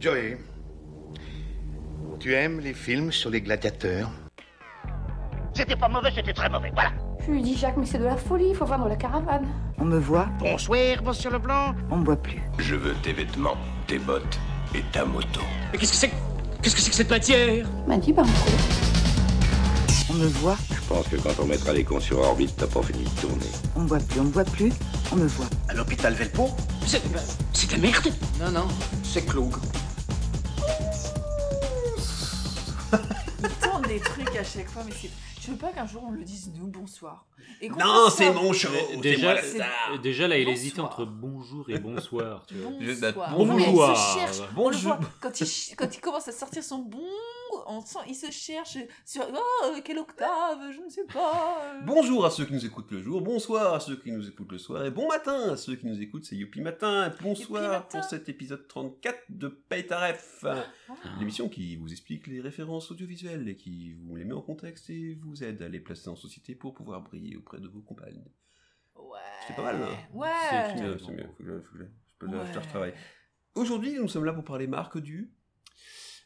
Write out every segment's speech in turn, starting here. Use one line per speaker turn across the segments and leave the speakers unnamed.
Joey, tu aimes les films sur les gladiateurs
C'était pas mauvais, c'était très mauvais, voilà.
Je lui dis, Jacques, mais c'est de la folie, il faut vendre la caravane.
On me voit,
Bonsoir, monsieur Leblanc.
on me voit plus.
Je veux tes vêtements, tes bottes et ta moto.
Mais qu'est-ce que c'est que- Qu'est-ce que c'est que cette matière
Il m'a dit, ben, on
On me voit,
Je pense que quand on mettra les cons sur orbite, t'as pas fini de tourner.
on me voit plus, on me voit plus, on me voit.
À l'hôpital Velpo
C'est c'est de la merde
Non, non, c'est Cloug.
tourne des trucs à chaque fois, mais c'est. Je veux pas qu'un jour on le dise nous bonsoir. Et qu'on
Non,
fasse
c'est
ça.
mon show.
Mais
c'est
déjà,
moi la
c'est-
star.
Déjà, là, il hésitait
Bonsoir.
entre bonjour et bonsoir. Tu vois.
Je- bah,
Bonsoir.
bonjour.
Non, mais Il se cherche. On le
Bonjour.
voit. Quand il, ch- quand il commence à sortir son bon, on sent, il se cherche sur. Oh, euh, quelle octave Je ne sais pas. euh.
Bonjour à ceux qui nous écoutent le jour, bonsoir à ceux qui nous écoutent le soir, et bon matin à ceux qui nous écoutent, c'est Youpi Matin. Bonsoir
Youpi Matin. Ah.
pour cet épisode 34 de Paytaref, l'émission qui vous explique les références audiovisuelles et qui vous les met en contexte et vous aide à les placer en société pour pouvoir briller auprès de vos compagnes.
Ouais.
C'était pas mal, hein.
C'est
Ouais.
fini.
Bien,
Ouais.
c'est bien, faut que je- faut que je- je peux-
Ouais.
je te retravaille. Aujourd'hui, nous sommes là pour parler marque du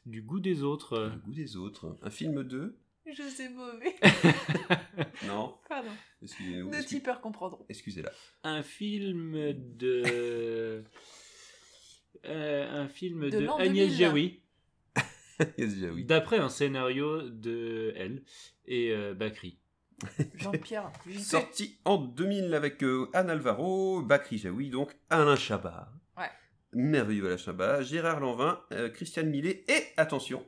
Du goût des autres. euh,
Le goût des autres, un film de
Je sais mauvais.
non,
Pardon.
excusez-nous,
Nos
excuse-
tipeurs comprendront.
excusez-la.
un film de. euh, un film
De
de,
l'an
Agnès
2000.
Jaoui,
Yes, yeah, oui.
d'après un scénario de elle et euh, Bakri.
Jean-Pierre. je sais.
Sorti en 2000 avec euh, Anne Alvaro, Bakri Jaoui, donc Alain Chabat.
Ouais.
Merveilleux Alain Chabat, Gérard Lanvin, euh, Christiane Millet et, attention,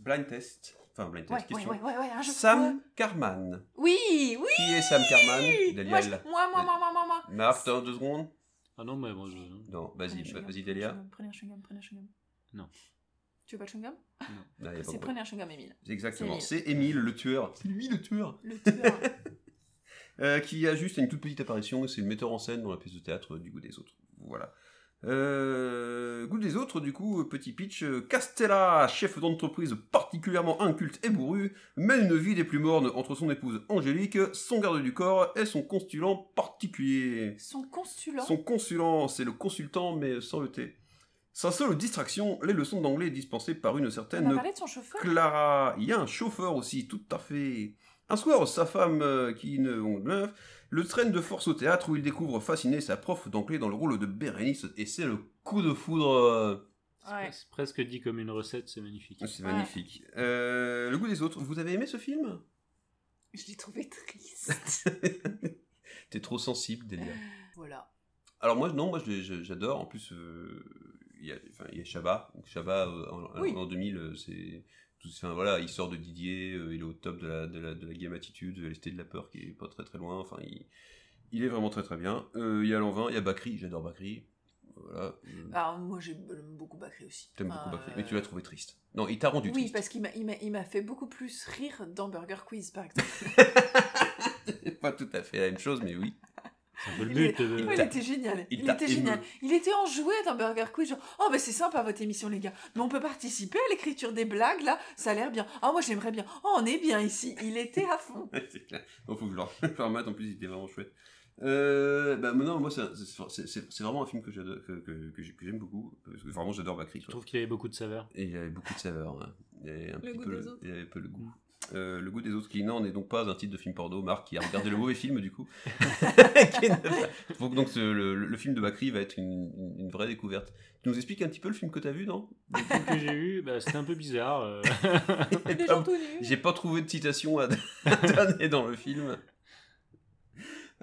Blind Test, enfin Blind Test,
Ouais, ouais,
question,
ouais, Ah, ouais, ouais, un jour.
Sam Carman.
Oui, oui.
Qui est Sam Carman
Moi, je-
Delia.
moi, moi, moi, moi, moi, moi.
Marthe, attends deux secondes.
Ah non, mais bon, je.
Non, vas-y,
Prenez un
vas-y
chewing-gum,
Delia.
Prenez un chewing-gum, prenez un chewing-gum.
Non.
Tu veux pas le chewing-gum
Ah, y a pas
C'est
de problème.
prenez un chewing-gum, Emile.
Exactement,
c'est
c'est Émile le tueur. C'est lui le tueur.
Le tueur.
Euh, qui a juste une toute petite apparition, c'est le metteur en scène dans la pièce de théâtre euh, du goût des autres. Voilà. Euh, goût des autres, du coup, euh, petit pitch, euh, Castella, chef d'entreprise particulièrement inculte et bourru, mène une vie des plus mornes entre son épouse Angélique, son garde du corps et son consulant particulier.
Son consulant.
Son consulant, c'est le consultant, mais sans le T. Sa seule distraction, les leçons d'anglais dispensées par une
On a
certaine
parlé de son chauffeur.
Clara, il y a un chauffeur aussi, tout à fait. Un soir, sa femme, euh, qui ne on neuf, le traîne de force au théâtre où il découvre fasciné sa prof d'anglais dans le rôle de Bérénice, et c'est le coup de foudre. euh,
C'est
Ouais. Ah,
pres- presque dit comme une recette, c'est magnifique.
C'est magnifique. Euh, le goût des autres, vous avez aimé ce film
Je l'ai trouvé triste.
T'es trop sensible, Delia.
voilà.
Alors moi, non, moi je l'ai- je- j'adore. En plus, euh, il y a- enfin, il y a Chabat. Donc Chabat, euh, en, en-
Oui.
en 2000, euh, c'est... tout- Enfin, voilà, il sort de Didier, euh, il est au top de la, de la, de la game attitude, de l'estée de la peur qui est pas très très loin. Enfin, il, il est vraiment très très bien. Euh, Il y a Lanvin, il y a Bakri, j'adore Bakri. Voilà. euh,
Alors, moi, j'ai- j'aime beaucoup Bakri aussi.
T'aimes beaucoup
Ah, Euh,
Bakri, mais tu l'as trouvé triste. Non, il t'a rendu
Oui,
triste.
parce qu'il m'a- il m'a il m'a fait beaucoup plus rire dans Burger Quiz, par exemple.
pas tout à fait la même chose, mais oui.
C'est un peu le
Il est-
but. euh,
Ouais, il
t'a-
était génial.
il
Il,
t'a
était
ému.
génial. Il était enjoué dans Burger Quiz. Genre, oh, ben c'est sympa votre émission, les gars. Mais on peut participer à l'écriture des blagues, là. Ça a l'air bien. Ah, moi, j'aimerais bien. Oh, on est bien ici. Il était à fond.
Ouais, c'est clair. Non, faut que je leur, je leur remette, en plus, il était vraiment chouette. Euh, bah, non, moi, c'est un- c'est c'est- c'est vraiment un film que j'adore- que, que, que j'ai- que j'aime beaucoup. Parce que vraiment, j'adore Bakri.
Je
quoi.
trouve qu'il avait beaucoup de saveur.
Et il avait beaucoup de saveur. ouais. Il avait un
Le
petit
goût
peu
des
le,
autres.
il avait un peu le goût. Euh, le goût des autres qui non n'est donc pas un titre de film porno. Marc qui a regardé le mauvais film du coup. Qui ne- donc donc ce- le, le film de Bakri va être une, une- une vraie découverte. Tu nous expliques un petit peu le film que t'as vu non
Le film que j'ai eu, bah, c'était un peu bizarre. euh.
Des gens tout nus.
J'ai pas trouvé de citation à donner dans le film.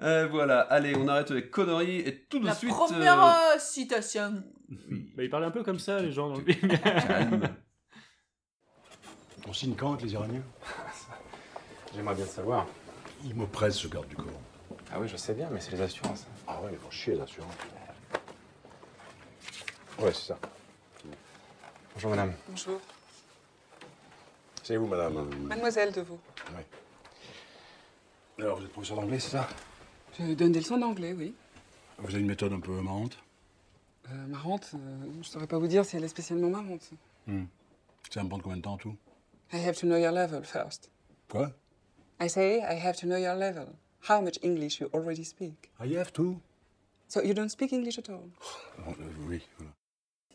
Euh, voilà, allez, on arrête les conneries et tout de
La
suite.
première
euh,
euh, citation.
oui.
Bah, il parlait un peu comme ça, les gens dans le film.
Calme.
On signe quand les Iraniens
J'aimerais bien savoir.
Ils me pressent ce garde du corps.
Ah oui, je sais bien, mais c'est les assurances.
Ah ouais, ils vont chier l'assurance. Ouais, c'est ça.
Bonjour, madame.
Bonjour.
C'est vous, madame. euh,
Mademoiselle de vous.
Alors, vous êtes professeur d'anglais, c'est ça
Je donne des leçons d'anglais, oui.
Vous avez une méthode un peu marrante.
Euh, marrante, euh, je saurais pas vous dire si elle est spécialement marrante.
Hmm. Ça va me prendre combien de temps, tout
I have to know your level first.
Quoi
I say I have to know your level. How much English you already speak.
I Ah, have to.
So you don't speak English at all.
Bon, euh, oui, voilà.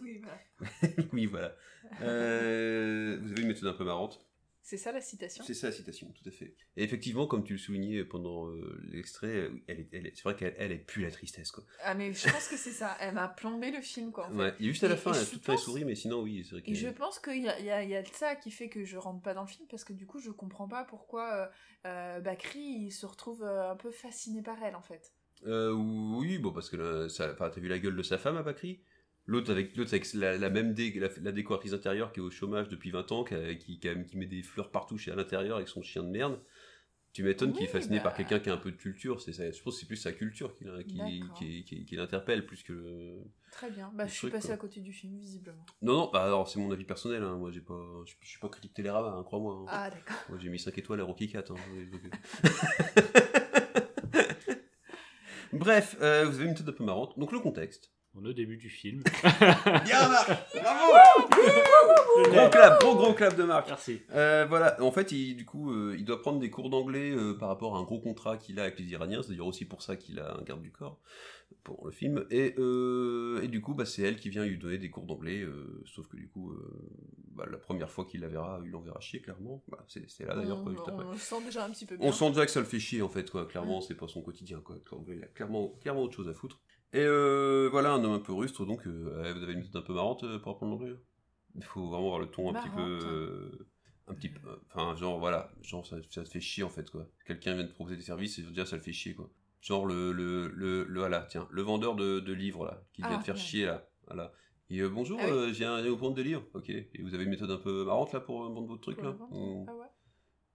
Oui, voilà.
oui, voilà. Euh, vous avez une méthode un peu marrante.
C'est ça la citation
C'est ça la citation, tout à fait. Et effectivement, comme tu le soulignais pendant euh, l'extrait, euh, elle est, elle est- c'est vrai qu'elle elle, elle pue la tristesse. Quoi.
Ah, mais je pense que c'est ça. Elle m'a plombé le film, quoi. en fait.
Ouais, et juste à la
Et-
fin,
et
elle a
je
toute fin
pense-
souris, mais sinon, oui, c'est vrai
Et je
qu'elle...
pense qu'il y a, il y a- il y a de ça qui fait que je rentre pas dans le film parce que du coup je comprends pas pourquoi euh, euh, Bakri il se retrouve euh, un peu fasciné par elle en fait.
Euh, oui, bon, parce que là, ça- enfin, t'as vu la gueule de sa femme à Bakri L'autre avec, l'autre avec la, la même dé, la, la décoratrice intérieure qui est au chômage depuis 20 ans, qui, a- qui, qui a- qui met des fleurs partout chez à l'intérieur avec son chien de merde. Tu m'étonnes qu'il est
Oui,
fasciné
bah.
par quelqu'un qui a un peu de culture. C'est, ça- je pense que c'est plus sa culture qui, l'a- qui,
D'accord.
qui- qui- qui l'interpelle plus que le,
Très bien. Bah
Le
je suis
truc,
passée
quoi.
à côté du film visiblement.
Non, non, bah alors c'est mon avis personnel, hein. moi j'ai pas, je je suis pas critique Télérama, hein, crois-moi. hein.
Ah d'accord.
Moi j'ai mis 5 étoiles à Rocky hein. 4. euh. Bref, euh, vous avez une tête un peu marrante. Donc le contexte.
On est au début du film.
Bien Marc Bravo Gros clap, gros gros clap de Marc.
Merci.
Euh, voilà, en fait, il, du coup, euh, il doit prendre des cours d'anglais euh, par rapport à un gros contrat qu'il a avec les Iraniens, c'est-à-dire aussi pour ça qu'il a un garde du corps pour le film. Et, euh, et du coup, bah, c'est elle qui vient lui donner des cours d'anglais, euh, sauf que du coup, euh, bah, la première fois qu'il la verra, il l'enverra chier, clairement. Bah, c'est c'est là d'ailleurs,
on,
quoi, juste
on
après.
le sent déjà un petit peu bien. Mm.
On sent déjà que ça le fait chier en fait, quoi. Clairement, c'est pas son quotidien, quoi. Clairement, Il a clairement, clairement autre chose à foutre. Et euh, voilà, un homme un peu rustre, donc euh, ouais, vous avez une méthode un peu marrante euh, pour apprendre l'anglais. Il faut vraiment avoir le ton un petit peu.
Marrante.
euh, un petit peu. Enfin, genre, voilà, genre ça, ça te fait chier en fait, quoi. Quelqu'un vient de proposer des services et déjà ça le fait chier, quoi. Genre le. le, le, le voilà, tiens, le vendeur de, de livres, là, qui vient
Ah,
de faire
ouais.
chier, là. Voilà. Et euh, bonjour,
Ah oui.
euh, j'ai un prendre des livres, ok. Et vous avez une méthode un peu marrante là pour euh, vendre votre truc
Pour
là
le vendre.
Ou-
Ah ouais.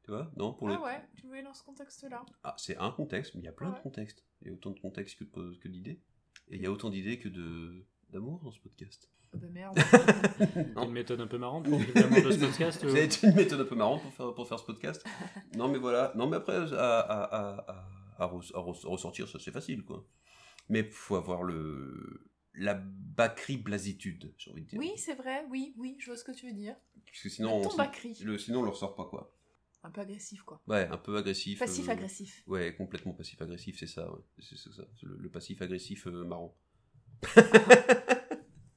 Tu vois Non, pour
Ah
le.
ouais, tu voulais dans ce contexte-là.
Ah, c'est un contexte, mais il y a plein
Oh. Ouais.
de contextes. Il y a autant de contextes que, de- que d'idées. Et il y a autant d'idées que de d'amour dans ce podcast.
Oh, bah merde.
Une méthode un peu marrante pour vivre l'amour de ce podcast. euh.
C'est une méthode un peu marrante pour faire, pour faire ce podcast. non, mais voilà. Non, mais après, à, à, à, à- à res- à res- ressortir, ça c'est facile, quoi. Mais faut avoir le la bacri blasitude, j'ai envie de dire.
oui, c'est vrai, oui, oui, je vois ce que tu veux dire.
Parce que sinon,
le
on,
ton Bakri.
le, sinon on le ressort pas, quoi.
Un peu agressif quoi.
Ouais, un peu agressif. euh,
Passif-agressif.
Ouais, complètement passif-agressif, c'est ça. ouais. C'est c'est ça. C'est Le, le passif-agressif euh, marrant.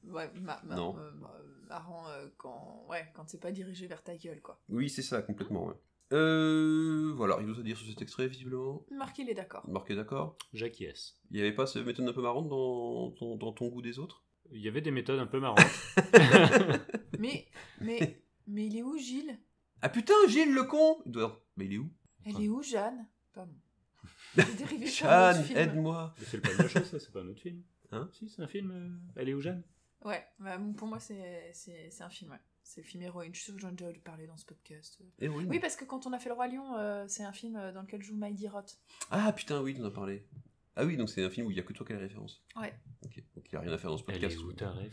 Ouais, ma- ma-
Non.
euh, ma- marrant euh, quand, ouais, quand c'est pas dirigé vers ta gueule quoi.
Oui, c'est ça, complètement. ouais. Euh, voilà, il vous a dire sur cet extrait, visiblement.
Marc il est d'accord.
Marqué d'accord.
J'acquiesce.
Il n'y avait pas cette méthode un peu marrante dans, dans, dans ton goût des autres
Il y avait des méthodes un peu marrantes.
Mais, mais, mais il est où Gilles
Ah putain, Gilles le con Il doit- Mais il est où
Elle est où Jeanne Pardon. J'ai dérivé sur un
Chan,
autre film.
aide-moi
Mais c'est pas une chose, ça, c'est pas un autre film.
Hein
Si, c'est un film. euh, Elle est où, Jeanne
Ouais, bah, bon, pour moi c'est c'est- c'est un film, ouais. C'est le film Héroïne. Je suis sûre que j'en ai déjà parlé dans ce podcast.
Eh oui.
Oui, bah- parce que quand on a fait Le Roi Lion, euh, c'est un film euh, dans lequel joue Maïdi Roth.
Ah putain, oui, tu en as parlé. Ah oui, donc c'est un film où il n'y a que toi qui as les références.
Ouais.
Ok, donc il n'y a rien à faire dans ce
Elle est
podcast.
où, ta ref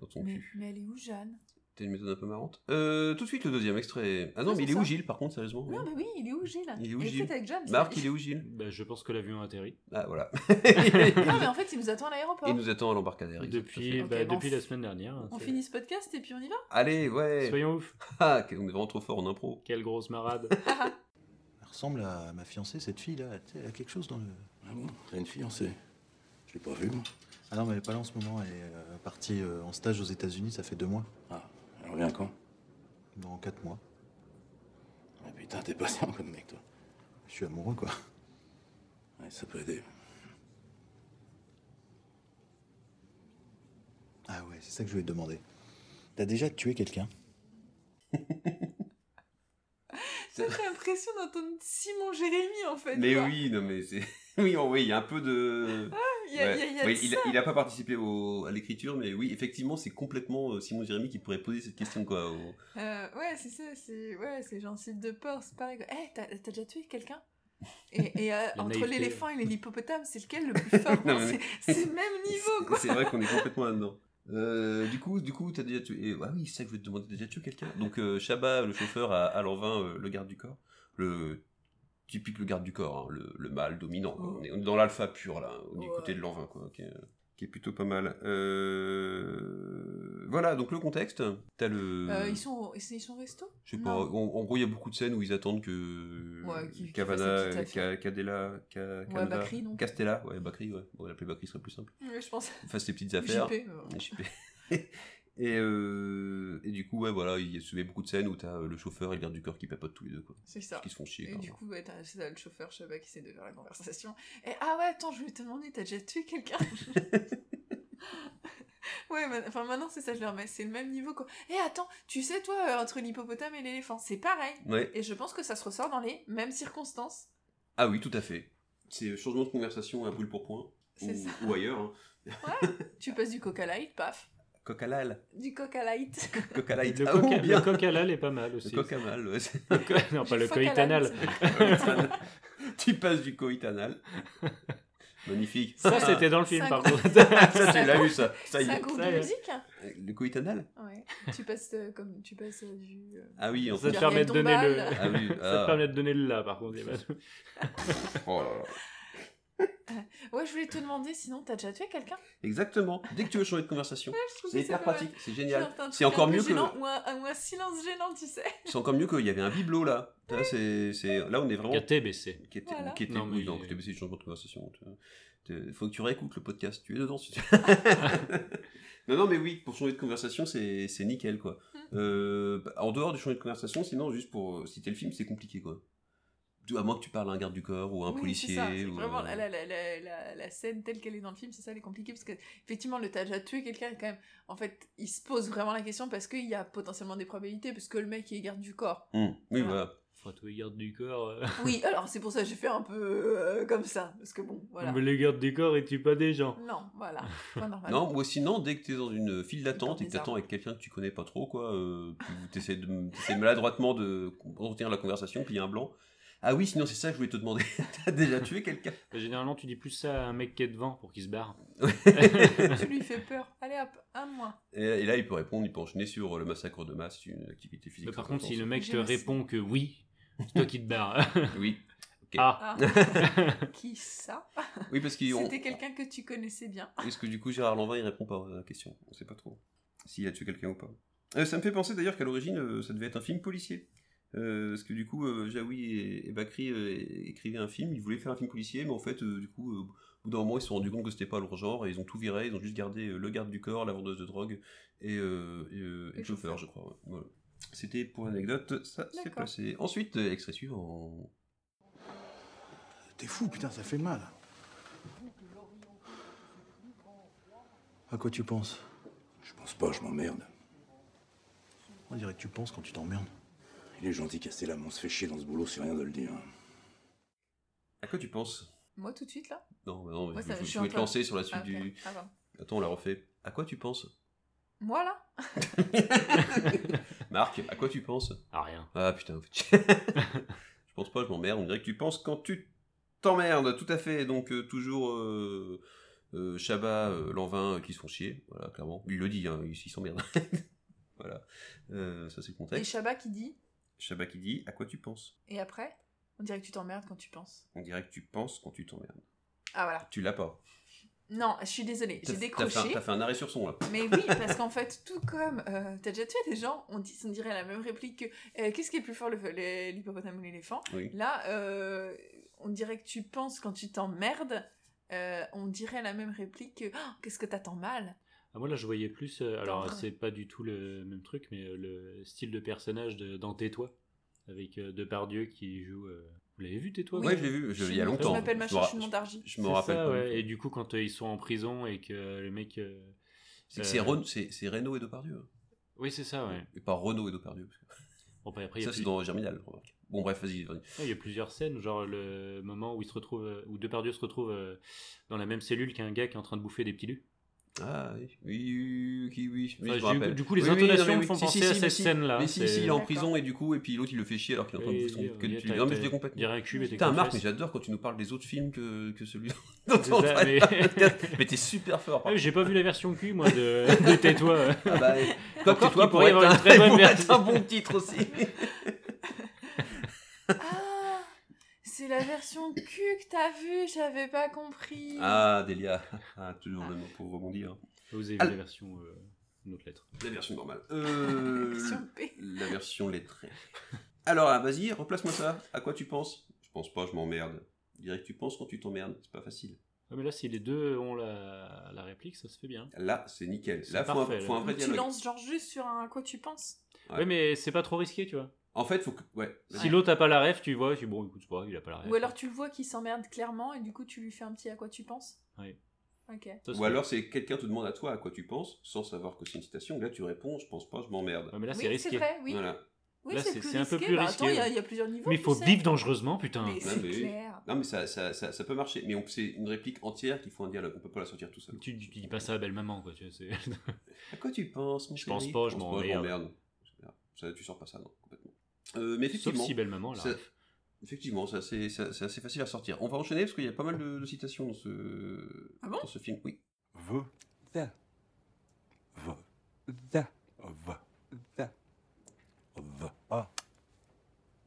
Dans ton
Mais,
cul.
mais elle est où Jeanne
T'as une méthode un peu marrante. Euh, tout de suite, le deuxième extrait. Ah non,
Ouais,
mais il
c'est
est où
ça.
Gilles, par contre, sérieusement
Non, mais oui, il est où Gilles
Il est où,
Elle
Gilles
peut-être avec Jeanne.
Marc,
c'est-
il est où Gilles
Bah, je pense que l'avion a atterri.
Ah voilà.
Ah, mais en fait, il nous attend à l'aéroport.
Il nous attend à l'embarcadère.
Depuis,
exactement.
bah,
Ok, bon,
depuis
on
la
f-
semaine dernière. hein,
On
c'est-
finit ce podcast et puis on y va.
Allez, ouais.
Soyons ouf.
Ah, on est vraiment trop fort en impro.
Quelle grosse marade.
Elle ressemble à ma fiancée, cette fille-là. Tu sais, Elle a quelque chose dans le.
Ah bon T'as une fiancée Je l'ai pas vue, moi.
Ah non, mais elle est pas là en ce moment. Elle est euh, partie euh, en stage aux États-Unis, ça fait deux mois.
Ah, elle revient quand
Dans quatre mois.
Ah, Putain, t'es patient comme mec, toi.
Je suis amoureux, quoi.
Ouais, ça peut aider.
Ah ouais, c'est ça que je voulais te demander. T'as déjà tué quelqu'un
J'ai l'impression d'entendre Simon Jérémy en fait.
Mais
quoi.
oui, non mais c'est. Oui, oh, oui, il y a un peu de.
Il Ah, y a,
Ouais.
il y a- il y a
Oui,
de
il,
ça.
il a pas participé au- à l'écriture, mais oui, effectivement, c'est complètement euh, Simon Jérémy qui pourrait poser cette question, quoi. au-
Euh, ouais, c'est ça, c'est ouais, c'est gencive de porc, c'est pareil. quoi. Eh, t'as t'as déjà tué quelqu'un Et, et, euh,
La
entre
naïveté.
l'éléphant et l'hippopotame, c'est lequel le plus fort
Non,
hein,
mais-
C'est c'est le même niveau, quoi.
C'est vrai qu'on est complètement là-dedans. Euh, du coup, du coup, t'as déjà tué. et, ah oui, c'est ça que je vais te demander, t'as déjà tué quelqu'un Donc, euh, Chabat, le chauffeur, à, à l'envin, euh, le garde du corps. Le typique le garde du corps, hein, le, le mâle dominant. quoi.
Oh.
On, est, on est dans l'alpha pur, là, hein, du
Ouais.
côté de l'envin, quoi. Qui est, qui est plutôt pas mal. Euh, Voilà, donc le contexte. T'as le.
Euh, ils, sont, au- ils sont- ils sont au resto
Je sais pas, en,
Non.
en gros, il y a beaucoup de scènes où ils attendent que
Ouais, qu'il- qu'il
Cavana,
fasse sa petite
Ca- Cadella, Ca- Canova-
Bakri, non
Castella, ouais, Bakri, ouais. Bon, l'appeler Bakri serait plus simple.
Ouais, Je pense.
Fasse ses petites
JP.
affaires.
euh,
JP. Et, euh, et du coup, ouais, voilà, il y a il y a beaucoup de scènes où t'as euh, le chauffeur et le garde du corps qui papotent tous les deux, quoi.
C'est ça.
Qui se font chier,
Ah, Et
quoi.
du coup, ouais, t'as- c'est ça, le chauffeur, je sais pas qui c'est de faire la conversation. Et ah ouais, attends, je voulais te demander, t'as déjà tué quelqu'un Ouais, ma- enfin maintenant c'est ça, je le remets, c'est le même niveau quoi. Et attends, tu sais toi, euh, entre l'hippopotame et l'éléphant, c'est pareil.
Ouais.
Et je pense que ça se ressort dans les mêmes circonstances.
Ah oui, tout à fait. C'est euh, changement de conversation à brûle pour point. Ou,
C'est ça.
ou ailleurs. Hein.
Tu passes du coq à light, paf,
Coq à l'âle.
du coq à light.
Coq à light.
Le
Ah,
coq-
oh, bien.
le coq à l'âle est pas mal aussi.
Le coq à mal, ouais. c'est-
non, pas
Du
Ah, le
phoque à
coït anal.
l'âne.
tu passes du coït anal. Magnifique.
Ça, c'était dans le film,
Ça
par
compte.
contre.
Ça, tu l'as vu, ça. Ça y
Ça
est. Euh,
groupe
ça y
de
est.
musique hein.
Le coït anal
Ouais. tu passes euh, comme tu passes euh, du. euh,
Ah oui, en
Ça
fait.
te
Gabriel
permet de donner le.
Dombal.
Ah oui,
Ça
ah.
te permet de donner le là, par contre. il y a pas de-
Oh là là.
Ouais, je voulais te demander, sinon t'as déjà tué quelqu'un
Exactement. Dès que tu veux changer de conversation.
Je trouve
C'est
que
hyper
pas mal.
pratique, c'est
Genre,
génial.
t'as un truc
C'est
un
encore
peu
mieux que
gênant, ou, un, ou un silence gênant, tu sais.
c'est encore mieux qu'il y avait un bibelot là. Là, c'est c'est- là on est vraiment
KTBC.
qui était,
Voilà.
qui était
Non, mais-
oui, non, qui était aussi le changement de conversation. tu vois. T'es- Faut que tu réécoutes le podcast, tu es dedans. si tu- non, non, mais oui, pour changer de conversation, c'est c'est nickel, quoi.
Hmm.
Euh, bah, en dehors du changer de conversation, sinon, juste pour euh, citer le film, c'est compliqué, quoi. Tu- À moins que tu parles à un garde du corps ou à un
Oui,
policier.
C'est ça, c'est
ou,
vraiment
euh,
la, la, la, la, la- la scène telle qu'elle est dans le film, c'est ça, elle est compliquée parce que effectivement le t'as déjà tué quelqu'un est quand même. En fait, il se pose vraiment la question parce qu'il y a potentiellement des probabilités parce que le mec il est garde du corps.
hum, Oui, voilà.
Enfin, tous les gardes du corps. euh,
Oui, alors c'est pour ça que j'ai fait un peu euh, comme ça parce que bon, voilà.
Mais les gardes du corps, ils tuent pas des gens.
Non, voilà, pas normal.
Non, moi sinon, dès que t'es dans une file
Dans
d'attente
des
et que t'attends
arbres.
avec quelqu'un que tu connais pas trop, quoi, euh, puis vous t'essayez de- t'essayez maladroitement de retenir la conversation, puis il y a un blanc. Ah oui, sinon c'est ça que je voulais te demander. T'as déjà tué quelqu'un
Mais Généralement, tu dis plus ça à un mec qui est devant pour qu'il se barre.
Tu lui fais peur. Allez hop, un de moins.
et, et là, il peut répondre, il peut enchaîner sur le massacre de masse, une activité physique.
Mais par
très
contre, si le
intense.
mec te
J'aime aussi.
répond que oui, c'est toi qui te barres.
Oui,
ah,
Ah. Qui ça
oui parce qu'il. on-
C'était quelqu'un que tu connaissais bien.
Est-ce que du coup Gérard Lanvin il répond pas à la question On sait pas trop s'il a tué quelqu'un ou pas. Euh, ça me fait penser d'ailleurs qu'à l'origine euh, ça devait être un film policier. Euh, parce que du coup euh, Jaoui et, et Bakri euh, écrivaient un film, ils voulaient faire un film policier, mais en fait euh, du coup euh, au bout d'un moment ils se sont rendus compte que c'était pas leur genre et ils ont tout viré, ils ont juste gardé euh, le garde du corps, la vendeuse de drogue et, euh, et, euh, et
Et
le chauffeur je crois. ouais. Voilà. C'était pour l'anecdote, ça s'est
D'accord.
passé. Ensuite, euh, extrait suivant.
T'es fou, putain, ça fait mal. À quoi tu penses
Je pense pas, je m'emmerde.
On dirait que tu penses quand tu t'emmerdes.
Il est gentil, Castella, mais on se fait chier dans ce boulot, c'est rien de le dire.
À quoi tu penses
Moi tout de suite là
Non, mais non, mais
Moi,
je,
ça-
je-
je
je
suis en
voulais te
train-
lancer sur la suite
Ah, ok.
du.
Ah, pardon.
Attends, on la refait. À quoi tu penses
Moi là
Marc, à quoi tu penses
ah, rien.
Ah putain, en fait. je pense pas, je m'emmerde. On dirait que tu penses quand tu t'emmerdes, tout à fait. Donc euh, toujours euh, euh, Chabat, euh, Lanvin euh, qui se font chier, voilà, clairement. Il le dit, hein, il il s'emmerde. voilà, Euh, ça c'est le
Et
contexte.
Shabba qui dit
Chabat qui dit, à quoi tu penses
Et après On dirait que tu t'emmerdes quand tu penses.
On dirait que tu penses quand tu t'emmerdes.
Ah voilà.
Tu l'as pas.
Non, je suis désolée,
T'as-
j'ai
t'as
décroché.
fait un- T'as fait un arrêt sur son là.
Mais oui, parce qu'en fait, tout comme euh, t'as déjà tué des gens, on, dit, on dirait la même réplique que euh, qu'est-ce qui est plus fort, le- le- l'hippopotame ou l'éléphant
Oui.
Là, euh, on dirait que tu penses quand tu t'emmerdes, euh, on dirait la même réplique que Oh, qu'est-ce que t'attends mal
Ah, moi, là, je voyais plus. euh, alors,
Tendre.
c'est pas du tout le même truc, mais euh, le style de personnage de, dans Tais-toi, avec euh, Depardieu qui joue. euh, Vous l'avez vu, Tais-toi
Oui.
vous
Ouais, je l'ai vu, je-
Je
il y a
me-
longtemps.
Je m'appelle
me
machin, je
ra-
suis de Montargis.
Je me
C'est
rappelle.
ça,
pas.
ouais. Et du coup, quand euh, ils sont en prison et que euh, le mec. euh,
C'est que c'est
euh,
Ren- c'est- c'est Renault et Depardieu. hein.
Oui, c'est ça, ouais.
Et pas Renault et Depardieu. parce que-
Bon, bah, après, il y a
Ça, c'est
plus-
dans Germinal. remarque. Bon, bref, vas-y. vas-y.
Ouais, Il y a plusieurs scènes, genre le moment où il se retrouve, euh, où Depardieu se retrouve euh, dans la même cellule qu'un gars qui est en train de bouffer des pilus.
Ah oui, oui, oui, oui, oui, oui,
Enfin,
je me
du-
rappelle.
du coup, les
Oui, oui,
intonations
non, mais
me font
si, si,
penser à
si,
cette
si.
scène-là,
Mais si,
c'est-
si, il est en
D'accord.
prison et du coup, et puis l'autre il le fait chier alors qu'il est en train de
Et-
bouffer son-
et-
que
il y a-
tu-
t'as-
Non, mais
t'as-
je l'ai complètement.
dirait un cube et t'es
Putain,
comme
Marc,
ça.
mais j'adore quand tu nous parles des autres films que, que celui dont
C'est
on
ça,
parle
mais-
dans le podcast. Mais t'es super fort.
Ah
par
oui, J'ai pas vu la version cul, moi, de, de Tais-toi.
contre. Ah bah, quoi
Encore
que toi, pour
qu'il pourrait y
être
avoir
un-
une très bonne
pour être
version.
un bon titre aussi.
Ah C'est la version cul que t'as vue, j'avais pas compris.
Ah, Delia, ah, toujours le mot pour rebondir.
Vous avez vu
Ah.
la version, euh, une autre lettre.
La version normale. Euh,
Version P.
La version lettrée. Alors, ah, vas-y, replace-moi ça. À quoi tu penses Je pense pas, je m'emmerde. Je dirais que tu penses quand tu t'emmerdes. C'est pas facile.
Ouais, Ah, mais là, si les deux ont la, la réplique, ça se fait bien.
Là, c'est nickel.
C'est
Là, faut,
parfait,
un, faut un
là.
vrai
Tu
Tu
dialogue.
lances genre juste sur un quoi tu penses
Ouais.
Ouais, mais c'est pas trop risqué, tu vois.
En fait, faut que. Ouais.
Si l'autre a pas la ref, tu vois, tu dis, bon, écoute, c'est pas grave, il a pas la ref.
Ou alors tu le vois qui s'emmerde clairement et du coup tu lui fais un petit à quoi tu penses
Ouais.
Ok.
Ça,
Ou
c'est-
alors, c'est quelqu'un te demande à toi à quoi tu penses, sans savoir que c'est une citation. Là, tu réponds, je pense pas, je m'emmerde.
mais là,
Oui, c'est c'est risqué. vrai, oui.
Voilà.
Oui,
Là,
c'est
c'est-
plus
c'est un peu
risqué.
plus
Bah,
risqué,
attends, il y a-
ouais.
il y, a plusieurs niveaux.
Mais il faut
tu sais.
vivre dangereusement, putain.
Mais
Ouais,
c'est
mais oui.
clair.
Non, mais ça, ça, ça, ça peut marcher. Mais on- c'est une réplique entière qu'il faut un dialogue. On peut pas la sortir tout seul.
Tu, tu dis pas ça à belle maman, quoi. Tu vois, c'est-
À quoi tu penses, mon
Je pense
chéri
pas, je
Pense
m'emmerde.
Ça, tu sors pas ça, non, complètement. Euh, mais
Sauf
effectivement.
si belle maman, là.
ça- Effectivement, ça, c'est ça- c'est assez facile à sortir. On va enchaîner parce qu'il y a pas mal de, de citations dans ce,
Ah bon
dans ce film. Oui.
Veux,
Da,
va,
da,
va,
da.
va, ah,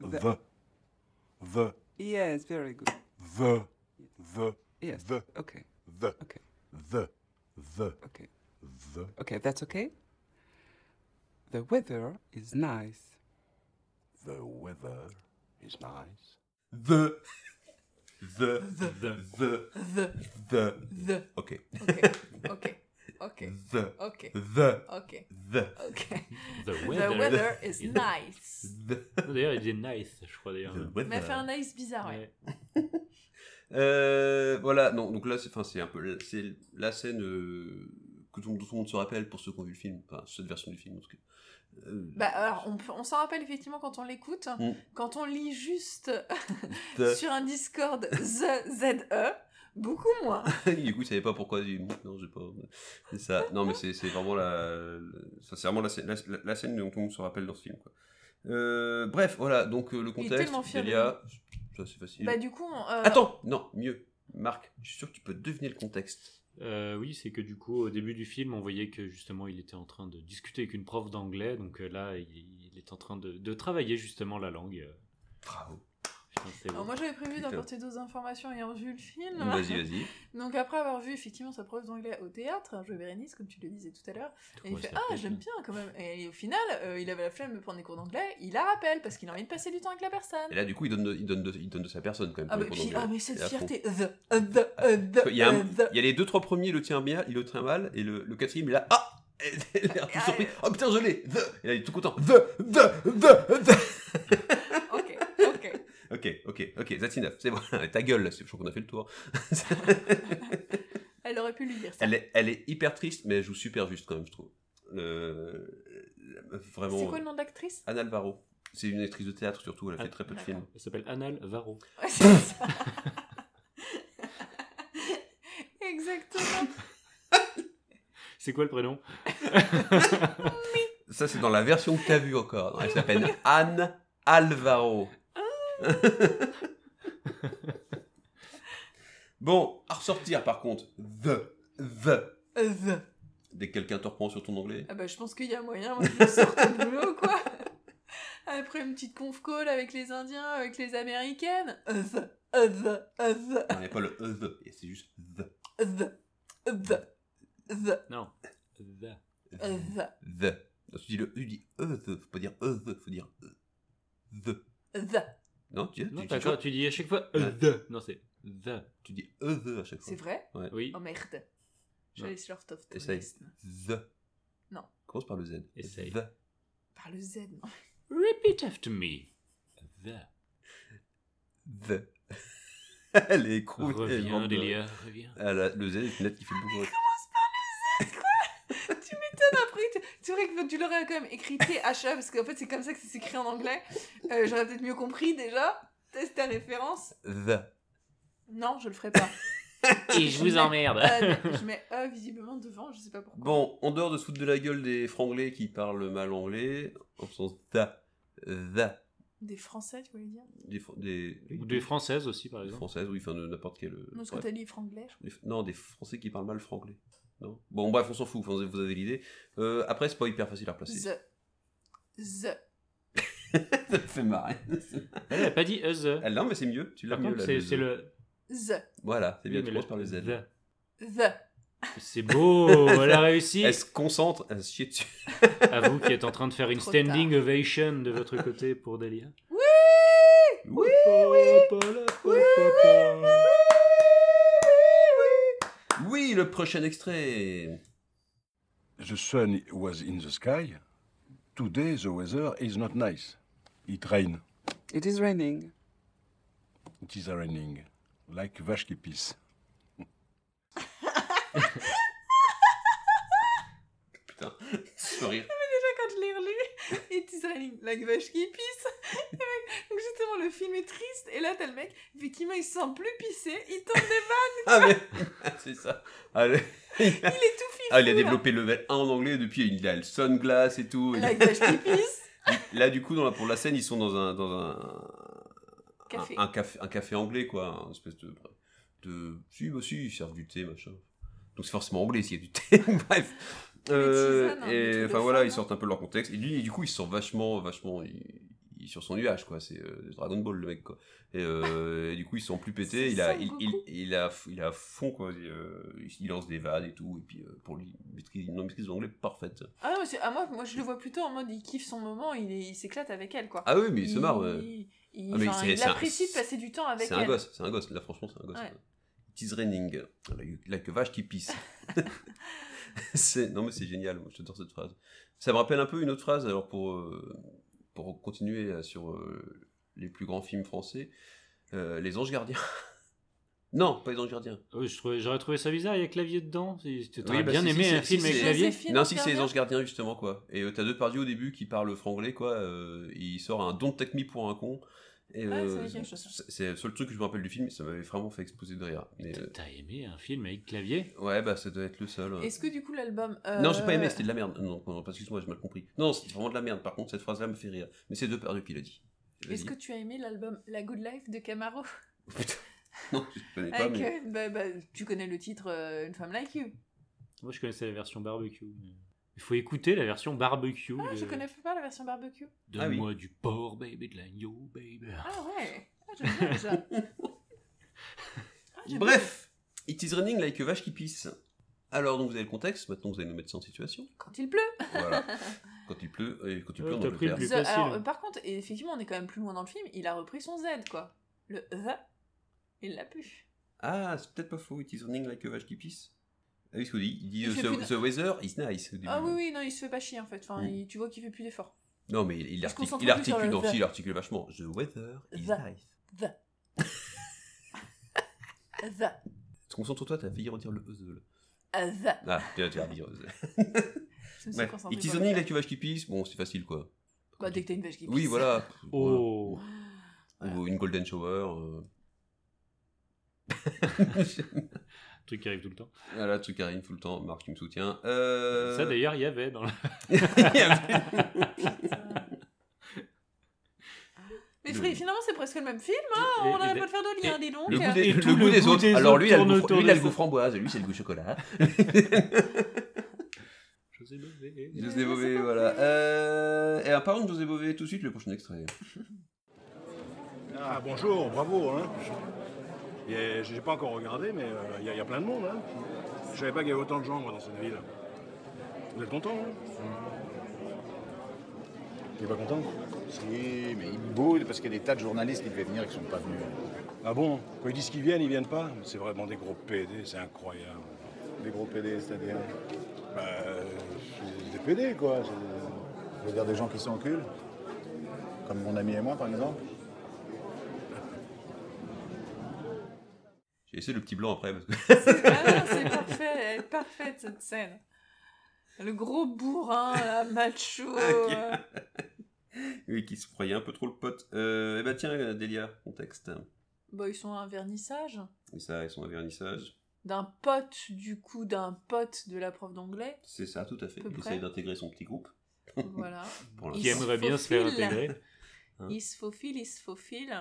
Ve-
va, va,
Yes, very good.
va, va,
Yes.
va,
Okay.
va,
Okay.
va, va,
Okay.
va.
Okay, that's okay. The weather is nice.
The weather is nice.
The. The.
The.
The.
The.
The.
The.
Ok.
Ok. Ok. Ok.
The.
Ok.
The.
Ok.
The.
Ok.
The
The
weather,
weather is nice.
Non, D'ailleurs, il dit nice, je crois, d'ailleurs.
The
Mais elle fait
weather.
un nice bizarre, Ah ouais.
Ouais.
Euh, voilà, non, donc là, c'est enfin, c'est un peu c'est la scène euh, que tout, tout le monde se rappelle pour ceux qui ont vu le film, enfin, cette version du film en tout cas. Euh,
Bah alors, on, peut- on s'en rappelle effectivement quand on l'écoute,
Mm.
quand on lit juste
The-
sur un Discord The ZE, beaucoup moins.
du coup, il savait pas pourquoi. il dit, non, j'ai pas. C'est ça. Non, mais c'est c'est vraiment la. ça, C'est vraiment la, scène- la, la scène dont tout le monde se rappelle dans ce film. Quoi. Euh, bref, voilà, donc euh, le
Il est
contexte.
tellement fier de
Delia, ça c'est facile.
Bah du coup, on- euh,
Attends, non, mieux. Marc, je suis sûr que tu peux deviner le contexte.
Euh, oui, c'est que du coup, au début du film, on voyait que justement, il était en train de discuter avec une prof d'anglais. Donc euh, là, il, il est en train de, de travailler justement la langue. euh.
Bravo.
Putain,
Euh,
c'est
alors
bon.
moi j'avais prévu
Putain.
d'apporter d'autres informations ayant vu le film.
Vas-y, vas-y.
Donc après avoir vu effectivement sa prof d'anglais au théâtre, un jeu Bérénice comme tu le disais tout à l'heure, et il
Comment
fait
ça
ah
s'appelle,
hein.
j'aime bien quand même. Et au final, euh, il avait la flemme de prendre des cours d'anglais, il la rappelle parce qu'il a envie de passer du temps avec la personne.
Et là, du coup, il donne de, il donne de, il donne de sa personne quand même.
Ah
pour
bah,
les
puis,
Colombiens.
ah mais cette
Et à fond.
fierté, the, the, the,
Il y, a un-
the.
il y a les deux, trois premiers, le tient bien, il le tient mal, et le, le quatrième, il a ah Il a l'air
Ah,
tout surpris. Oh putain, je l'ai The Et là, il est tout content. The The The The
Ok, ok.
Ok, ok, ok, that's enough. C'est bon, ta gueule, là, c'est- je crois qu'on a fait le tour.
Elle aurait pu lui dire ça.
elle, est, elle est hyper triste, mais elle joue super juste quand même, je trouve. Le- la meuf, vraiment.
C'est quoi le nom de l'actrice
Anne Alvaro. C'est une actrice de théâtre surtout, elle a fait
Ah,
très peu de
d'accord.
films.
Elle s'appelle Anal Varro.
Ouais, c'est ça. Exactement.
C'est quoi le prénom
Ça, c'est dans la version que t'as vue encore. Elle s'appelle Anne Alvaro.
Ah.
bon, à ressortir par contre. The. The.
Euh, the.
Dès que quelqu'un te reprend sur ton anglais.
Ah bah je pense qu'il y a moyen, moi je me sorte au boulot quoi. Après une petite conf call avec les Indiens, avec les Américaines. Euh, The, euh, the, euh, the,
Non, Il n'y a pas le e, the, et c'est juste the.
euh, the, euh, the, the,
Non. The. E.
euh, the,
The. Non, tu dis le tu dis e the, faut pas dire e the, faut dire e. The.
the.
Non, tu,
Non,
tu, tu,
d'accord, tu dis à chaque fois euh, The. Non, c'est The.
tu dis e the à chaque fois.
C'est vrai
Ouais.
Oui.
Oh merde. Je
Non.
laisse leur top
Essaye. The.
Non.
Commence par le z.
Essaye.
The.
Par le Z, non.
Repeat after me. The.
The. Elle est cool. elle
Reviens,
manque de-
Delia, reviens.
Ah, la- le Z est une lettre qui fait beaucoup rire.
Tu m'étonnes après. tu- C'est vrai que tu l'aurais quand même écrit THE, parce qu'en fait, c'est comme ça que c'est écrit en anglais. Euh, J'aurais peut-être mieux compris déjà. Teste ta référence.
The.
Non, je le ferai pas.
Et je vous
mets
emmerde.
E, je mets E visiblement devant, je sais pas pourquoi.
Bon, en dehors de se foutre de la gueule des franglais qui parlent mal anglais, en sens the, the,
Des Français, tu voulais dire
des, fr- des,
Ou des françaises aussi, par
des
exemple.
françaises, oui, enfin de n'importe quel. euh,
Non, ce que
bref.
t'as dit, franglais. je
Des- non, des français qui parlent mal franglais. Non bon, bref, on s'en fout, vous vous avez l'idée. Euh, après, c'est pas hyper facile à
crois.
replacer.
The. The.
Ça me fait marrer.
Elle n'a pas dit euh, The.
Ah, non, mais c'est mieux, tu l'as
Par
mieux
contre,
là.
c'est
le
c'est
Z.
le.
The.
Voilà, c'est bien,
Oui,
tu
mais
commences par le Z.
The.
The.
C'est beau, elle a réussi.
Elle se concentre, elle se chie dessus.
À vous qui êtes en train de faire une
Trop
standing ovation de votre côté pour Delia.
Oui,
oui, oui, oui, oui, oui,
Oui, le prochain extrait.
The sun was in the sky. Today the weather is not nice. It rain.
It is raining.
It is raining. Like vache qui pisse.
Putain, ce rire.
Mais déjà, quand je l'ai relu, It is raining, la vache qui pisse. Le mec- Donc, justement, le film est triste. Et là, t'as le mec, effectivement, il se sent plus pisser. Il tombe des
Ah
vannes.
mais c'est ça. Ah, le- il est tout Ah, il a
là.
développé le level 1 en anglais depuis il a le sunglass et tout.
La vache qui pisse.
Là du coup dans la- pour la scène ils sont dans un dans un
Café.
un, un café un café anglais quoi, un espèce de de si bah si ils servent du thé machin. Donc c'est forcément anglais s'il y a du thé. Bref. Euh,
tisanes, hein, des trucs
et
de
enfin voilà
femme,
ils sortent un peu de leur contexte et lui et du coup il se sent vachement vachement il, il est sur son nuage quoi c'est euh, Dragon Ball le mec quoi et, euh, et du coup il se sent plus pété il a il, il, il a il a fond quoi il, euh, il lance des vannes et tout et puis euh, pour lui il maîtrise une maîtrise de l'anglais parfaite
Ah non, mais c'est- ah, moi, moi, je le vois plutôt en mode, il kiffe son moment, il est- il s'éclate avec elle, quoi.
Ah oui, mais il se marre, ouais.
il-
Ah, mais
enfin,
c'est-
il
c'est un-
apprécie de passer du temps avec
c'est
elle.
un gosse c'est un gosse là franchement c'est un gosse Oh,
Ouais.
quoi. It is raining là, you- like a vache qui pisse c'est non mais c'est génial moi j'adore cette phrase ça me rappelle un peu une autre phrase alors pour euh, pour continuer euh, sur euh, les plus grands films français euh, les anges gardiens non pas les anges gardiens
Euh, je trouvais- J'aurais trouvé ça bizarre, il y a clavier dedans. Si- T'aurais
Oui, bah,
bien
si,
aimé
si,
un
si,
film
si,
avec
si.
clavier
Non, si, c'est les anges gardiens, justement, quoi. Et euh, t'as deux pardus au début qui parlent franglais, quoi. euh, et il sort un Don't Take Me pour un con. Et,
Ouais,
euh,
ça me dit quelque chose,
c'est c'est le seul truc que je me rappelle du film, et ça m'avait vraiment fait exploser de rire.
T'as aimé un film avec clavier
Ouais, bah ça doit être le seul. ouais.
Est-ce que du coup, l'album.
Non, j'ai
euh,
pas aimé, c'était de la merde. Non, non, parce que moi j'ai mal compris. Non, c'était vraiment de la merde. Par contre, cette phrase-là me fait rire. Mais c'est deux perdus qui l'a dit. Vas-y.
Est-ce que tu as aimé l'album La Good Life de Camaro
Non, je connais pas,
Avec,
mais.
euh, bah, bah, Tu connais le titre euh, Une femme like you.
Moi, je connaissais la version barbecue. mais- Il faut écouter la version barbecue.
Ah,
Euh.
je
de-
connais pas la version barbecue.
Ah oui.
Donne-moi du porc, baby, de l'agneau, baby.
Ah ouais, ah, j'aime bien déjà. euh, j'ai
Bref, It is raining like a vache qui pisse. Alors, donc vous avez le contexte, maintenant vous allez nous mettre ça en situation.
Quand il pleut.
Voilà. Quand il pleut, et quand il
Ouais,
pleut, on
Euh, t'as
en
pris le
Angleterre.
plus
The- alors, euh, par contre, et effectivement, on est quand même plus loin dans le film. Il a repris son Z, quoi. Le E, il l'a pu.
Ah, c'est peut-être pas faux, it is running like a vache qui pisse. Ah oui, ce qu'on dit, il dit
Il
euh,
fait
the,
plus
the weather is nice au début.
Ah oui, oui, non, il se fait pas chier en fait. Enfin,
Mm.
il- tu vois qu'il fait plus d'efforts.
Non, mais il, il
se
articule,
concentre
il
plus sur
articule,
le
dans,
the.
si, il articule vachement. The weather is
The.
nice.
The. The.
Concentre-toi, t'as failli redire le puzzle.
The.
Ah, tu as failli dire puzzle.
Je me suis
Bref,
concentrée
It
sur
is
le
running
the.
like a vache qui pisse, bon, c'est facile quoi.
Bah, dès que t'as une vache qui
Oui,
pisse.
voilà.
Oh.
Ou une golden shower. euh,
truc qui arrive tout le temps.
Voilà, truc arrive tout le temps. Marc, tu me soutiens. Euh...
Ça, d'ailleurs, il y avait dans la.
Il y avait.
Mais
Le-
fri- finalement, c'est presque le même film, hein On n'arrête pas de faire de lien, dis donc
Le goût des,
Et
le
tout
goût
le
des
goût
autres.
des
Alors
autres
lui, il a le
tourne
goût,
autour
lui, il a
des
le goût
autres.
framboise, et lui, c'est le goût chocolat.
José Bové.
José Bové, voilà. Euh, et à parlant de José Bové, tout de suite, le prochain extrait.
Ah bonjour, bravo. Hein. Et J'ai pas encore regardé, mais il y, a plein de monde. Hein. Je savais pas qu'il y avait autant de gens moi, dans cette ville. Vous êtes content hein. T'es pas content
Si, mais il boule parce qu'il y a des tas de journalistes qui devaient venir et qui sont pas venus.
Ah bon Quand ils disent qu'ils viennent, ils viennent pas C'est vraiment des gros PD, c'est incroyable.
Des gros PD, c'est-à-dire
Bah, euh, des PD quoi.
Je veux dire des gens qui s'enculent Comme mon ami et moi, par exemple
J'ai laissé le petit blanc après. Parce que...
Ah, non, c'est parfait, elle est parfaite cette scène. Le gros bourrin, là, macho. euh,
oui, qui se croyait un peu trop le pote. Euh, eh ben tiens, Delia, contexte.
Bah, ils sont à un vernissage
Et ça, ils sont à vernissage.
d'un pote, du coup, d'un pote de la prof d'anglais.
C'est ça, tout à fait.
Peu
Il
près.
essaye d'intégrer son petit groupe.
Voilà.
Pour
Il
Qui
l'instant.
aimerait bien se faire
faufile.
intégrer.
Hein.
Il se faufile, il se faufile.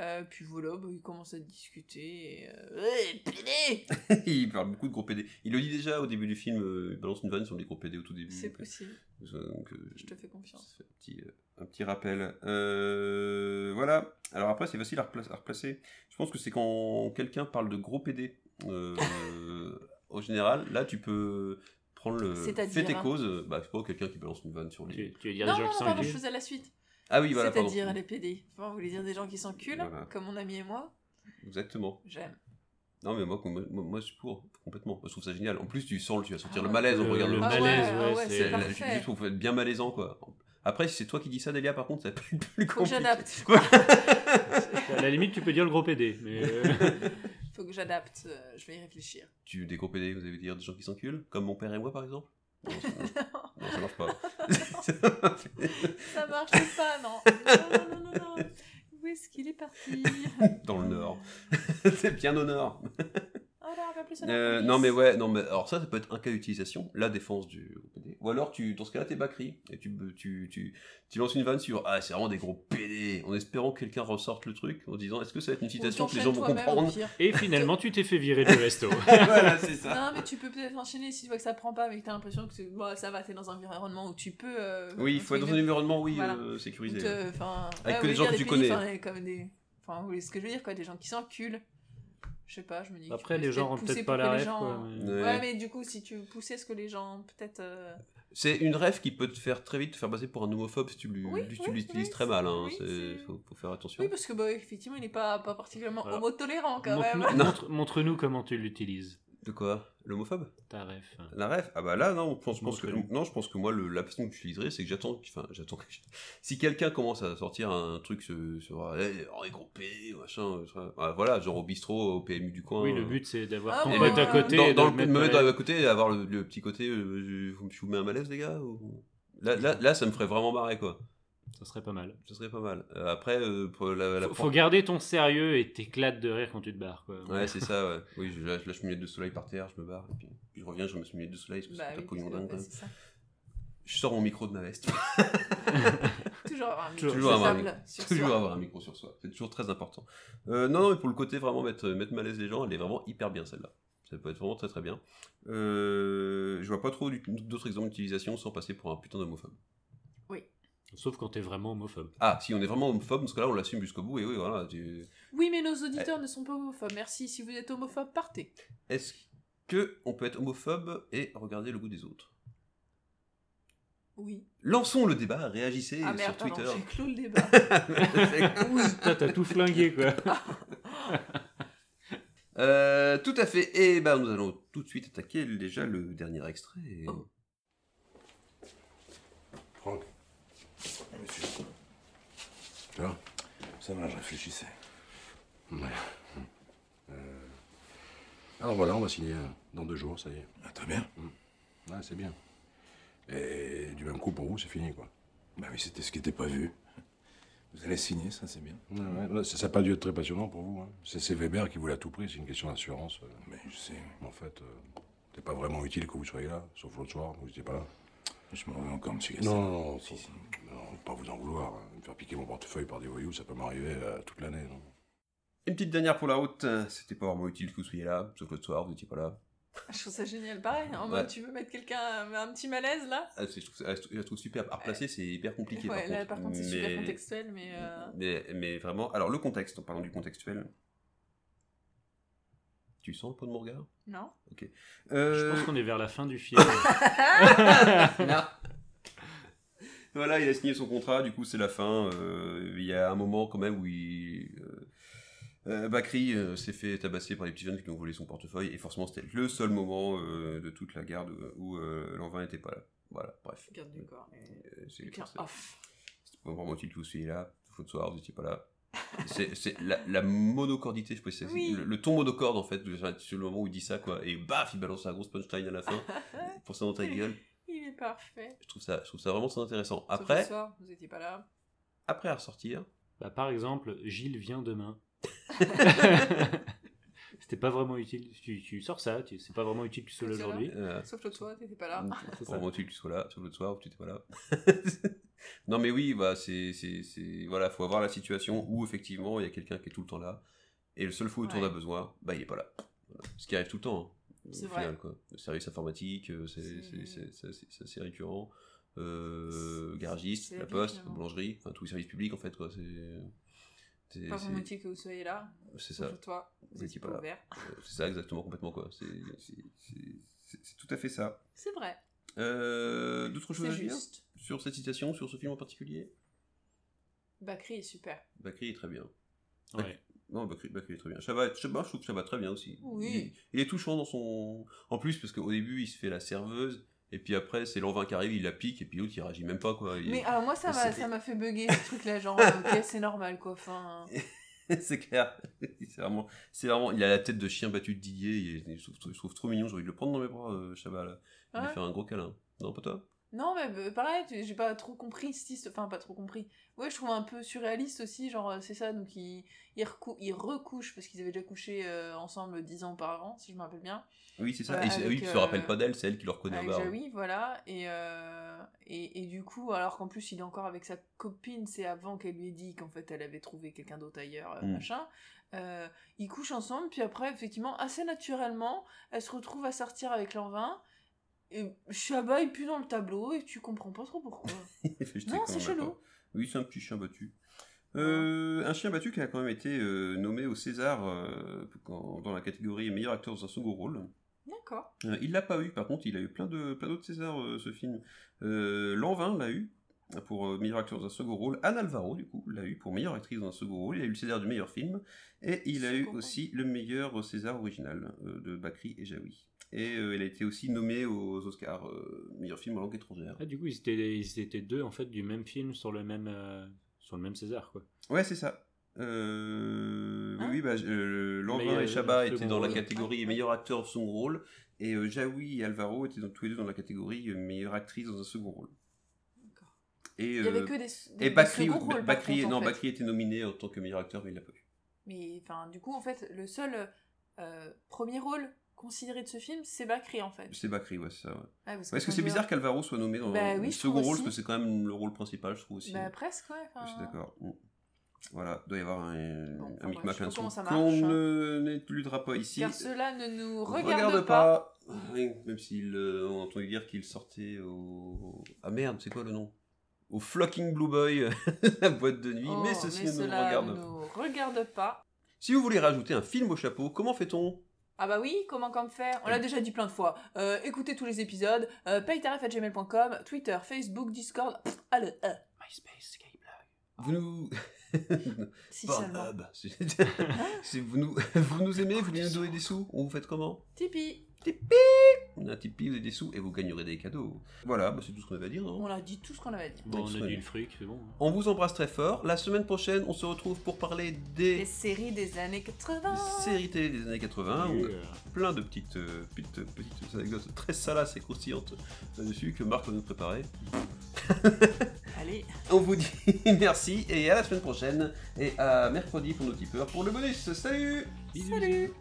Euh, puis voilà, bah, ils commencent à discuter. et, euh, Ouais, pédé
il parle beaucoup de gros PD. Il le dit déjà au début du film, euh, il balance une vanne sur les gros PD au tout début.
C'est possible.
Donc, euh,
Je te fais confiance.
un petit, euh, un petit rappel. Euh, voilà. Alors après, c'est facile à, repla- à replacer. Je pense que c'est quand quelqu'un parle de gros PD. euh, au général, là, tu peux prendre le
C'est-à-dire,
fait tes
hein.
causes. Bah, c'est pas quelqu'un qui balance une vanne sur les.
Tu, tu veux dire
Non,
des
non,
gens qui
non,
sont
pardon, je
inclus
faisais la suite.
Ah oui, voilà. pardon.
C'est-à-dire les PD. Enfin, vous voulez dire des gens qui s'enculent,
Voilà.
comme mon ami et moi
Exactement.
J'aime.
Non, mais moi, moi, moi, je suis pour, complètement. Moi, je trouve ça génial. En plus, tu sens, tu vas
Ah,
sentir le malaise en
Le-
regardant
le
film.
malaise, Ah ouais, ouais, ouais, c'est
C'est- là, Je
parfait.
je trouve ça bien malaisant, quoi. Après, si c'est toi qui dis ça, Delia, par contre, ça peut être plus
Faut que
compliqué.
j'adapte.
À la limite, tu peux dire le gros PD. Mais euh,
Faut que j'adapte, euh, je vais y réfléchir.
tu des gros PD, vous avez dire des gens qui s'enculent, comme mon père et moi, par exemple Non, ça- non, ça marche pas.
Ça marche pas, non. Non, non, non, non, non. Où est-ce qu'il est parti
Dans le Nord. c'est bien au Nord.
Oh là, on va plus à la
Euh,
police.
non mais ouais, non mais alors ça, ça peut être un cas d'utilisation, la défense du gros PD. Ou alors tu, dans ce cas-là, t'es bacri et tu, tu, tu, tu lances une vanne sur ah c'est vraiment des gros PD, en espérant que quelqu'un ressorte le truc, en disant est-ce que ça va être une citation que les gens vont
t'enchaînes toi-même, au
comprendre
pire.
Et finalement, tu t'es fait virer du resto.
voilà, c'est ça.
Non, mais tu peux peut-être enchaîner si tu vois que ça prend pas, mais que t'as l'impression que c'est- bon, ça va, t'es dans un environnement où tu peux. euh,
Oui, il faut être dans un
de-
environnement, oui,
Voilà.
euh, sécurisé.
Où te- enfin,
Avec
ouais,
que
oui,
des gens
dire
que
des
tu
pays,
connais.
Enfin, comme des. Enfin, vous voyez ce que je veux dire, quoi, des gens qui s'enculent. Je sais pas, je me dis. que
Après,
tu peux
les gens ont
pousser
peut-être
pour
pas
que
la
les
ref,
gens-
quoi,
mais-
Ouais.
Ouais.
mais du coup, si tu poussais ce que les gens, peut-être. euh,
C'est une rêve qui peut te faire très vite te faire passer pour un homophobe si tu l'u-
Oui,
tu
oui,
l'utilises
oui,
très mal. Hein.
oui,
c'est- faut, faut faire attention.
Oui, parce que, bah, effectivement, il n'est pas, pas particulièrement
Voilà.
homotolérant, quand
Montre-
même.
montre- Montre-nous comment tu l'utilises.
De quoi L'homophobe
Ta ref.
La ref Ah bah là, non, je pense, je pense que,
Montre-le.
non, je pense que moi, le, la façon que j'utiliserais, c'est que j'attends. que- Enfin, j'attends que. Si quelqu'un commence à sortir un truc sur. sur Eh, oh, les gros P, machin. ça- ah, voilà, genre au bistrot, au PMU du coin.
Oui, le but, c'est d'avoir
Ah,
ton
ouais,
pote à
ouais,
côté
Dans,
et de
dans
le
le,
mettre
me mettre
à-
à côté et avoir le, le petit côté. euh, je, vous- je vous mets un malaise, les gars ou- là, là, là, ça me ferait vraiment marrer, quoi.
Ça serait pas mal.
Ça serait pas mal. Euh, après, euh, pour la. la
Faut, faut garder ton sérieux et t'éclates de rire quand tu te barres. Quoi.
Ouais, c'est ça, ouais. Oui, je lâche, je lâche mes lunettes de soleil par terre, je me barre, et puis, puis je reviens, je me suis lunettes de soleil, parce que
Bah
c'est
oui,
un pognon
parce
dingue.
que-
quand
ouais,
même.
c'est ça.
Je sors mon micro de ma veste.
Toujours avoir un micro
Toujours avoir un
faisable
micro-
sur
toujours
soi.
avoir un micro sur soi. C'est toujours très important. Euh, non, non, mais pour le côté vraiment mettre, euh, mettre mal à l'aise les gens, elle est vraiment hyper bien celle-là. Ça peut être vraiment très très bien. Euh, je vois pas trop du- d'autres exemples d'utilisation sans passer pour un putain d'homophobe.
Sauf quand t'es vraiment homophobe.
Ah, si on est vraiment homophobe, dans ce cas-là, on l'assume jusqu'au bout, et oui, voilà. tu-
Oui, mais nos auditeurs ne sont pas homophobes. Merci. Si vous êtes homophobe, partez.
Est-ce que on peut être homophobe et regarder le goût des autres
Oui.
Lançons le débat, réagissez
Ah merde,
sur
pardon,
Twitter.
j'ai clos le débat.
Oui. Toi, t'as tout flingué, quoi.
Euh, tout à fait. Et ben, nous allons tout de suite attaquer déjà le dernier extrait.
Oh.
Franck. Monsieur. Alors Ça va, je réfléchissais. Ouais. Euh, Alors voilà, on va signer
hein.
euh, dans deux jours, ça y est. Ah, très bien.
Mm.
Ouais, c'est bien. Et du même coup, pour vous, c'est fini, quoi. Bah oui, c'était ce qui n'était pas vu. Vous allez signer, ça, c'est bien.
ça n'a pas dû être très passionnant pour vous. hein. C'est c'est Weber qui voulait à tout prix, c'est une question d'assurance. Mais je sais. En fait, euh, c'est pas vraiment utile que vous soyez là, sauf l'autre soir, vous n'étiez pas là.
Je m'en veux encore, monsieur Gaston.
Non, non, non, faut- non, faut pas vous en vouloir. hein. Me faire piquer mon portefeuille par des voyous, ça peut m'arriver euh, toute l'année. non.
Une petite dernière pour la route. Euh, C'était pas vraiment utile que vous soyez là, sauf l'autre soir, vous étiez pas là.
Ah, Je trouve ça génial. Pareil, hein, en mode,
Ouais.
tu veux mettre quelqu'un euh, un petit malaise là
Ah, c'est- je, trouve, ça- je trouve- je la trouve super. À replacer, c'est hyper compliqué.
Ouais,
par
là,
contre.
par contre, c'est super
Mais-
contextuel, mais, euh,
mais. mais vraiment. Alors, le contexte, en parlant du contextuel. Tu sens le pot de mon regard
Non.
Ok. Euh,
Je pense qu'on est vers la fin du film.
Voilà, il a signé son contrat, du coup c'est la fin. Euh, il y a un moment quand même où il... euh, euh, Bakri euh, s'est fait tabasser par les petits jeunes qui lui ont volé son portefeuille, et forcément c'était le seul moment euh, de toute la garde où euh, l'envin n'était pas là. Voilà, bref.
Garde du corps, mais-
Euh, c'est-
Tiens,
c'est-
off.
c'est pas vraiment utile que vous soyez là. Faut de soir, vous étiez pas là. C'est c'est la, la monocordité, je précise.
Oui.
Le, le ton monocorde, en fait, de- sur le moment où il dit ça, quoi. Et baf, il balance un gros punchline à la fin pour ça dans ta gueule.
Il est parfait.
Je trouve ça, je trouve ça vraiment très intéressant.
Sauf
Après,
ce soir, vous étiez pas là.
après à ressortir.
Bah, par exemple, Gilles vient demain. C'était pas vraiment utile. Tu, tu sors ça, tu- c'est pas vraiment utile que tu sois là
Tiens, là.
aujourd'hui.
Sauf que toi, t'étais pas là.
C'est ça.
euh, Pour que tu sois là, sur l'autre soir où tu n'étais pas là. non mais oui, bah c'est c'est c'est voilà, faut avoir la situation où effectivement il y a quelqu'un qui est tout le temps là et le seul fois où tu en as besoin, bah il est pas là. Voilà. Ce qui arrive tout le temps. hein,
C'est
au
vrai.
final, quoi. Le service informatique, euh, c'est c'est- c'est- c'est assez- c'est assez récurrent. Euh, garagiste,
c'est la
la
vie,
poste,
finalement.
boulangerie, enfin tous les services publics en fait quoi, c'est euh, c'est-
Pas
c'est-
vraiment utile que vous soyez là.
c'est
Sauf
ça.
que toi, vous
Vous étiez
étiez pas
là.
ouvert.
Euh, C'est ça exactement complètement quoi. C'est- c'est- C'est c'est- c'est tout à fait ça.
C'est vrai.
Euh, D'autres choses
C'est
à dire
juste.
sur cette citation, sur ce film en particulier
Bakri est super.
Bakri est très bien.
Ouais.
Non, Bakri, Bakri est très bien. Chabat, Chabat, je trouve que Chabat très bien aussi.
Oui.
Il, il est touchant dans son. En plus, parce qu'au début, il se fait la serveuse, et puis après, c'est l'envin qui arrive, il la pique, et puis l'autre, il réagit même pas, quoi. Il-
Mais alors, moi, ça m'a
C'était-
ça m'a fait bugger ce truc-là, genre, euh, ok, c'est normal, quoi. Enfin,
c'est clair. c'est vraiment, c'est vraiment, il a la tête de chien battu de Didier. il est- je, trouve, je trouve trop mignon. J'ai envie de le prendre dans mes bras, euh, Chabat. Là. Il lui
Ouais.
faire un gros câlin. Non, pas toi.
hein. Non, mais bah, pareil, tu- j'ai pas trop compris cette histo- Enfin, pas trop compris. Ouais, je trouve un peu surréaliste aussi, genre, euh, c'est ça, donc ils, ils, recou- ils recouchent, parce qu'ils avaient déjà couché euh, ensemble 10 ans auparavant, si je me rappelle bien.
Oui, c'est ça.
Euh,
et c'est-
avec,
oui, il se rappelle
euh,
pas d'elle, c'est elle qui le reconnaît au
Avec
bar.
Jaoui, voilà. Et, euh, et, et du coup, alors qu'en plus, il est encore avec sa copine, c'est avant qu'elle lui ait dit qu'en fait, elle avait trouvé quelqu'un d'autre ailleurs, euh,
Mm.
machin. Euh, ils couchent ensemble, puis après, effectivement, assez naturellement, elle se retrouve à sortir avec l'envin. Et Shabba, il pue dans le tableau, et tu comprends pas trop pourquoi.
Il fait, je t'ai
Non,
quand
c'est
même
chelou.
pas. Oui, c'est un petit chien battu. Euh, un chien battu qui a quand même été euh, nommé au César euh, quand- dans la catégorie meilleur acteur dans un second rôle.
D'accord.
Euh, il l'a pas eu, par contre, il a eu plein de plein d'autres César ce film. Euh, Lanvin l'a eu pour euh, meilleur acteur dans un second rôle. Anne Alvaro, du coup, l'a eu pour meilleure actrice dans un second rôle. Il a eu le César du meilleur film. Et il a eu aussi le meilleur euh, César original euh, de Bakri et Jaoui. Et euh, il a été aussi nommé aux Oscars euh, meilleur film en langue étrangère.
Ah, du coup, ils étaient, ils étaient deux en fait du même film sur le même, euh, sur le même César quoi.
Ouais, c'est ça. Euh, oui, oui, bah, euh, Lanvin
Meilleur-
et Chabat
second
étaient dans la
rôle.
catégorie meilleur acteur second rôle, et euh, Jaoui et Alvaro étaient dans- tous les deux dans la catégorie euh, meilleure actrice dans un second rôle. Et,
Il y avait
euh,
que des- des-
et
des
Bakri,
seconds rôles, par
Bakri-
contre, en
non,
fait.
Bakri était nominé en tant que meilleur acteur, mais il l'a pas eu.
Mais enfin, du coup, en fait, le seul euh, premier rôle considéré de ce film, c'est Bakri, en fait.
C'est Bakri, ouais, c'est ça. ouais.
Ah, parce que
Ouais, Est-ce que
quand
c'est
je-
bizarre qu'Alvaro soit nommé dans
Bah
le
oui, je
second
trouve
rôle,
aussi.
parce que c'est quand même le rôle principal, je trouve aussi.
Bah, presque, ouais. enfin.
Je suis d'accord. Mm. Voilà, doit y avoir un, un
bref, je
micmac
sais pas
là-dessous
comment ça marche,
qu'on
hein.
ne n'élucidera pas ici.
Car cela ne nous regarde,
pas. Oui, même s'il euh, on a entendu dire qu'il sortait au. Ah merde, c'est quoi le nom Au Flocking Blue Boy, la boîte de nuit,
Oh,
mais ceci
mais
ne nous
cela
regarde
ne
pas.
nous regarde pas.
Si vous voulez rajouter un film au chapeau, comment fait-on
Ah bah oui, comment comme faire On l'a déjà dit plein de fois. Euh, écoutez tous les épisodes, euh, payetarif@gmail.com, Twitter, Facebook, Discord, pff, allez, euh.
Vous nous.
Si seulement.
Pornhub. Si- si vous nous, vous nous aimez, vous voulez nous donner des sous, on vous fait comment
Tipeee.
On a un Tipeee, vous avez des sous et vous gagnerez des cadeaux. Voilà, bah, c'est tout ce qu'on avait à dire, non
On a dit tout ce qu'on avait à dire.
Bon, on a dit
Extrême.
le fric, c'est bon. hein.
On vous embrasse très fort. La semaine prochaine, on se retrouve pour parler des
Les séries des années 80.
séries télé des années 80.
Yeah.
On a plein de petites, euh, petites, petites anecdotes très salaces et croustillantes dessus que Marc va nous préparer.
Allez.
On vous dit merci et à la semaine prochaine et à mercredi pour nos tipeurs pour le bonus. Salut
Salut